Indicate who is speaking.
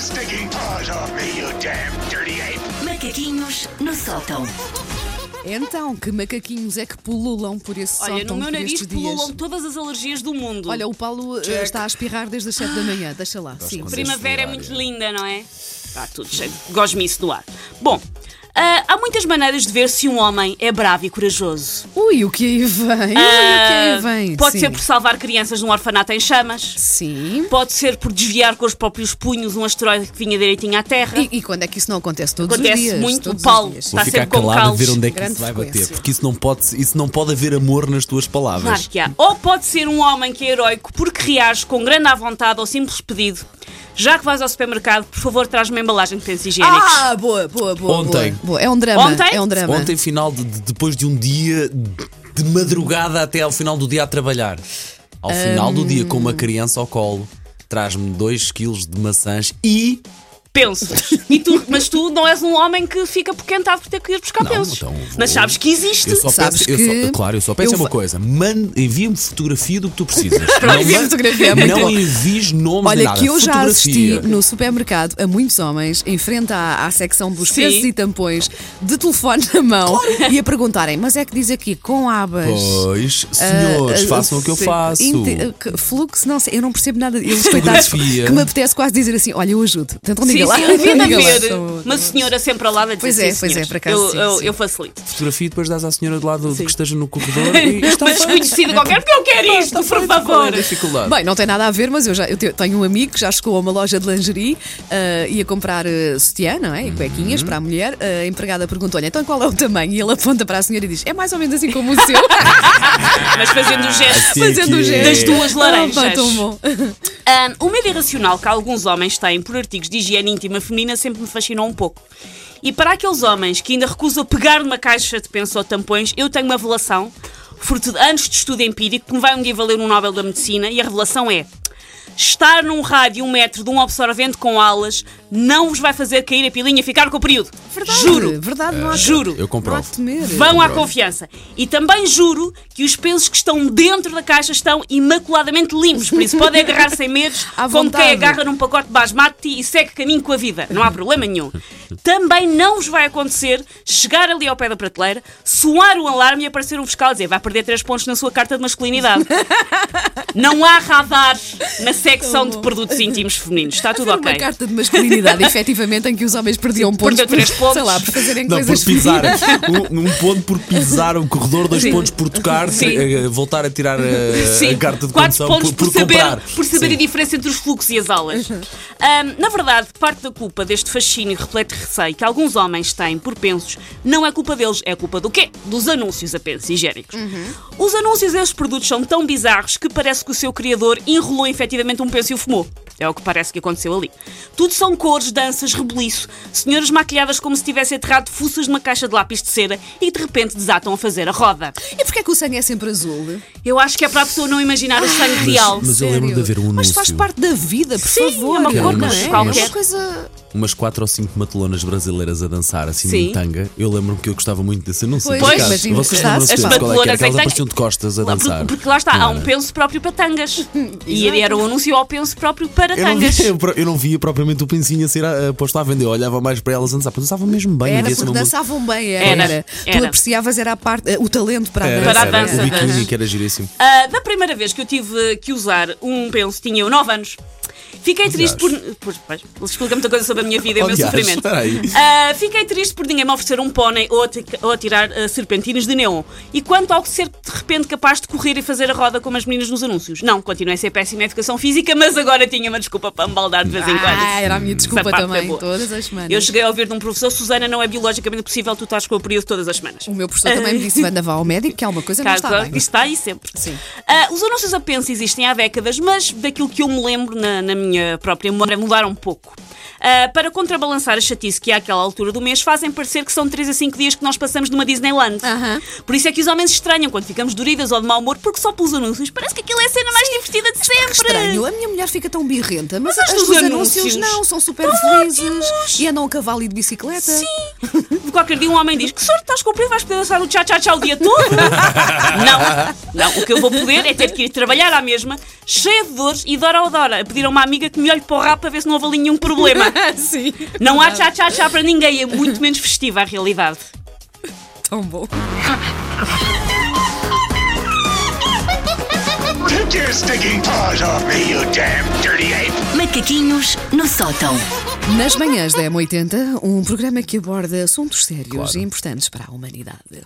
Speaker 1: stinking paws off me, you damn dirty ape!
Speaker 2: Macaquinhos no sótão.
Speaker 3: Então, que macaquinhos é que pululam por esse
Speaker 4: Olha,
Speaker 3: sótão
Speaker 4: no meu
Speaker 3: por
Speaker 4: nariz um
Speaker 3: estes dias?
Speaker 4: pululam todas as alergias do mundo.
Speaker 3: Olha, o Paulo eh, está a espirrar desde as 7 da manhã, deixa lá. Sim.
Speaker 4: Primavera é muito linda, não é? Está tudo cheio de gosmice no ar. Bom, ah, há muitas maneiras de ver se um homem é bravo e corajoso.
Speaker 3: Ui, o que aí vem? Ui,
Speaker 4: Ah,
Speaker 3: o que aí vem?
Speaker 4: Pode
Speaker 3: Sim.
Speaker 4: ser por salvar crianças num orfanato em chamas.
Speaker 3: Sim.
Speaker 4: Pode ser por desviar com os próprios punhos um asteroide que vinha direitinho à Terra.
Speaker 3: E, e quando é que isso não acontece todos os
Speaker 4: Acontece
Speaker 3: dias?
Speaker 4: muito,
Speaker 3: Todos
Speaker 4: o Paulo.
Speaker 3: os dias.
Speaker 4: Tá
Speaker 5: Vou ficar
Speaker 4: sempre com
Speaker 5: calado a ver
Speaker 4: calos.
Speaker 5: onde é que
Speaker 3: Grande
Speaker 5: isso vai bater,
Speaker 3: frequência.
Speaker 5: porque isso não, pode, isso não pode haver amor nas tuas
Speaker 4: Claro
Speaker 5: palavras.
Speaker 4: que há. Ou pode ser um homem que é heroico porque reage com grande à vontade ao simples pedido. Já que vais ao supermercado, por favor, traz-me uma embalagem de pensos higiênicos.
Speaker 3: Ah, boa, boa, boa.
Speaker 5: Ontem.
Speaker 3: Boa. Boa. É um drama.
Speaker 4: Ontem?
Speaker 3: É um drama.
Speaker 5: Ontem, final de, de- depois de um dia de madrugada até ao final do dia a trabalhar, ao final do dia com
Speaker 3: Hum.
Speaker 5: uma criança ao colo, traz-me 2 quilos de maçãs e.
Speaker 4: pensos. E tu, mas tu não és um homem que fica porquentado por ter que ir buscar
Speaker 5: Não,
Speaker 4: pensos.
Speaker 5: então vou-
Speaker 4: Mas sabes que existe.
Speaker 5: Eu só
Speaker 3: Sabes
Speaker 5: peço, eu
Speaker 3: que
Speaker 5: só, claro, eu só peço é
Speaker 3: eu
Speaker 5: uma
Speaker 3: fa-
Speaker 5: coisa: man- envia-me fotografia do que tu precisas.
Speaker 3: envia
Speaker 5: man-
Speaker 3: fotografia, é muito
Speaker 5: não
Speaker 3: bom.
Speaker 5: envies nomes nem
Speaker 3: Olha,
Speaker 5: nada.
Speaker 3: que eu já assisti
Speaker 5: Fotografia.
Speaker 3: no supermercado a muitos homens em frente à, à secção dos
Speaker 4: Sim.
Speaker 3: pesos e tampões, de telefone na mão, e a perguntarem, mas é que diz aqui com abas.
Speaker 5: Pois,
Speaker 3: Ah,
Speaker 5: senhores,
Speaker 3: ah,
Speaker 5: façam o que eu
Speaker 3: sim.
Speaker 5: faço.
Speaker 3: Inte- que- Fluxo, não sei, eu não percebo nada deles, coitados,
Speaker 5: Fotografia.
Speaker 3: que me apetece quase dizer assim: olha, eu ajudo. Tentam
Speaker 4: Sim,
Speaker 3: diga lá. Então
Speaker 4: sim, devia
Speaker 3: diga lá.
Speaker 4: haver
Speaker 3: Sou-
Speaker 4: uma senhora sempre ao lado a dizer
Speaker 3: Pois é,
Speaker 4: "Sim,
Speaker 3: pois é,
Speaker 4: senhores,
Speaker 3: por acaso,
Speaker 4: Eu,
Speaker 3: sim,
Speaker 4: eu,
Speaker 3: sim.
Speaker 4: eu facilito.
Speaker 5: Fotografia e depois dás à senhora do lado que esteja no corredor e está
Speaker 4: Mas
Speaker 5: feito.
Speaker 4: desconhecida qualquer, porque eu quero isto, por
Speaker 5: Qual é a
Speaker 4: favor.
Speaker 5: dificuldade?
Speaker 3: Bem, não tem nada a ver, mas eu, já, eu te- tenho um amigo que já chegou a uma loja de lingerie ah, ia comprar uh, sutiã, não é? E cuequinhas
Speaker 5: Uhum.
Speaker 3: para a mulher. Ah, a empregada perguntou-lhe então qual é o tamanho? E ele aponta para a senhora e diz: é mais ou menos assim como o seu,
Speaker 4: Mas fazendo o gesto.
Speaker 5: Sim,
Speaker 3: fazendo o
Speaker 5: que é.
Speaker 3: gesto.
Speaker 4: Das duas laranjas.
Speaker 3: Ah, pá, tão bom.
Speaker 4: Ahn, o medo irracional que alguns homens têm por artigos de higiene íntima feminina sempre me fascinou um pouco. E para aqueles homens que ainda recusam pegar numa caixa de pensos ou tampões, eu tenho uma revelação, fruto de anos de estudo empírico, que me vai um dia valer um Nobel da Medicina, e a revelação é. Estar num rádio um metro de um absorvente com alas não vos vai fazer cair a pilinha e ficar com o período.
Speaker 3: Verdade,
Speaker 4: Juro.
Speaker 3: Verdade, não há
Speaker 4: Juro.
Speaker 5: Eh,
Speaker 3: não
Speaker 5: Eu
Speaker 3: há
Speaker 5: comprovo.
Speaker 3: que temer.
Speaker 4: Vão à confiança. E também juro que os pensos que estão dentro da caixa estão imaculadamente limpos, por isso podem agarrar sem medos,
Speaker 3: À
Speaker 4: como
Speaker 3: vontade.
Speaker 4: quem agarra num pacote de basmati e segue caminho com a vida. Não há problema nenhum. Também não vos vai acontecer chegar ali ao pé da prateleira, soar o alarme e aparecer um fiscal e dizer vai perder três pontos na sua carta de masculinidade. não há radar na secção de produtos íntimos femininos. Está tudo
Speaker 3: Era é uma
Speaker 4: ok.
Speaker 3: carta de masculinidade, efetivamente, em que os homens perdiam pontos,
Speaker 4: perdeu três pontos.
Speaker 3: sei lá, por fazerem
Speaker 5: Não, por
Speaker 3: coisas
Speaker 5: pisar. um, um ponto por pisar o corredor, dois pontos por tocar,
Speaker 4: Sim.
Speaker 5: eh, voltar a tirar eh, a carta de
Speaker 4: quatro
Speaker 5: condução
Speaker 4: pontos
Speaker 5: por,
Speaker 4: por,
Speaker 5: por
Speaker 4: saber,
Speaker 5: comprar.
Speaker 4: por saber
Speaker 5: Sim.
Speaker 4: a diferença entre os fluxos e as aulas. Ahm, na verdade, parte da culpa deste fascínio repleto de receio que alguns homens têm por pensos não é culpa deles, é culpa do quê? Dos anúncios a pensos higiênicos. Os anúncios destes produtos são tão bizarros que parece que o seu criador enrolou efetivamente um penso e o fumou. É o que parece que aconteceu ali. Tudo são cores, danças, reboliço, senhoras maquilhadas como se tivessem aterrado fuças numa caixa de lápis de cera e de repente desatam a fazer a roda.
Speaker 3: E porquê é que o sangue é sempre azul?
Speaker 4: Eu acho que é para a pessoa não imaginar o sangue real.
Speaker 5: Ah, Mas eu lembro de haver um
Speaker 3: Mas faz
Speaker 5: anúncio.
Speaker 3: parte da vida, por
Speaker 4: Sim,
Speaker 3: favor.
Speaker 4: é uma
Speaker 5: cor
Speaker 3: não
Speaker 5: de
Speaker 3: é?
Speaker 5: qualquer.
Speaker 3: uma coisa.
Speaker 5: Umas quatro ou cinco matelonas brasileiras a dançar assim
Speaker 4: Sim.
Speaker 5: em tanga. Eu lembro-me que eu gostava muito desse anúncio.
Speaker 3: Pois,
Speaker 5: por acaso.
Speaker 3: imagino que
Speaker 5: Vocês lembram-se
Speaker 3: gostasse.
Speaker 5: qual é que era?
Speaker 4: As matelonas
Speaker 5: Que elas
Speaker 4: em
Speaker 5: apareciam de costas a dançar.
Speaker 4: Porque, porque lá está, há um
Speaker 5: Não era?
Speaker 4: penso próprio para tangas. e era o anúncio ao penso próprio para
Speaker 5: Eu não,
Speaker 4: tangas.
Speaker 5: via, eu não via propriamente o pensinho a ser ah, posto à venda. Eu olhava mais para elas a dançar, mas dançavam mesmo bem.
Speaker 3: Era
Speaker 5: havia-se
Speaker 3: porque
Speaker 5: uma mu-
Speaker 3: dançavam bem, era.
Speaker 4: Era,
Speaker 3: Tu
Speaker 4: era.
Speaker 3: apreciavas era a parte, eh, o talento para a
Speaker 5: Era,
Speaker 3: dança.
Speaker 4: Para a
Speaker 5: era.
Speaker 4: dança. né?
Speaker 5: O biquíni que era giríssimo.
Speaker 4: Ah, da primeira vez que eu tive que usar um penso, tinha eu 9 anos. Fiquei triste por. Pois, pois, ele explica muita coisa sobre a minha vida e o meu
Speaker 5: Aliás,
Speaker 4: sofrimento.
Speaker 5: espera aí.
Speaker 4: Ah, fiquei triste por ninguém me oferecer um pônei ou, atica- ou atirar ah, serpentinas de neon. E quanto ao ser de repente capaz de correr e fazer a roda como as meninas nos anúncios? Não, continuei a ser péssima em educação física, mas agora tinha uma desculpa para me baldar de vez em quando.
Speaker 3: Ah, era a minha desculpa
Speaker 4: Essa parte é
Speaker 3: também,
Speaker 4: boa.
Speaker 3: todas as semanas.
Speaker 4: Eu cheguei a ouvir de um professor, Susana, não é biologicamente possível tu estás com o período todas as semanas.
Speaker 3: O meu professor também me disse: anda, vá ao médico, que alguma coisa não
Speaker 4: Caso,
Speaker 3: está
Speaker 4: isto
Speaker 3: bem.
Speaker 4: está aí sempre.
Speaker 3: Sim.
Speaker 4: Ah, os anúncios a penso existem há décadas, mas daquilo que eu me lembro na, na minha própria memória mudaram um pouco. Ah, para contrabalançar a chatice que há àquela altura do mês, fazem parecer que são 3 a 5 dias que nós passamos numa Disneyland.
Speaker 3: Aham.
Speaker 4: Por isso é que os homens estranham quando ficamos doridas ou de mau humor, porque só pelos anúncios parece que aquilo é a cena mais divertida de sempre.
Speaker 3: que estranho, a minha mulher fica tão birrenta, mas,
Speaker 4: Mas
Speaker 3: as
Speaker 4: os
Speaker 3: dos
Speaker 4: anúncios?
Speaker 3: anúncios não, são super felizes e andam a cavalo e de bicicleta.
Speaker 4: Sim! Qualquer dia um homem diz: Que sorte, estás cumprido, vais poder dançar o tchá-tchá-tchá o dia todo? não, não, o que eu vou poder é ter que ir trabalhar à mesma, cheia de dores e dora ao dora, a pedir a uma amiga que me olhe para o rabo para ver se não houve ali nenhum problema.
Speaker 3: Sim,
Speaker 4: Não há tchá-tchá-tchá para ninguém, é muito menos festiva a realidade.
Speaker 3: tão bom.
Speaker 1: Take your stinking paws off me, you damn dirty ape!
Speaker 2: Macaquinhos no sótão.
Speaker 3: Nas manhãs da M80, um programa que aborda assuntos sérios e importantes para a humanidade.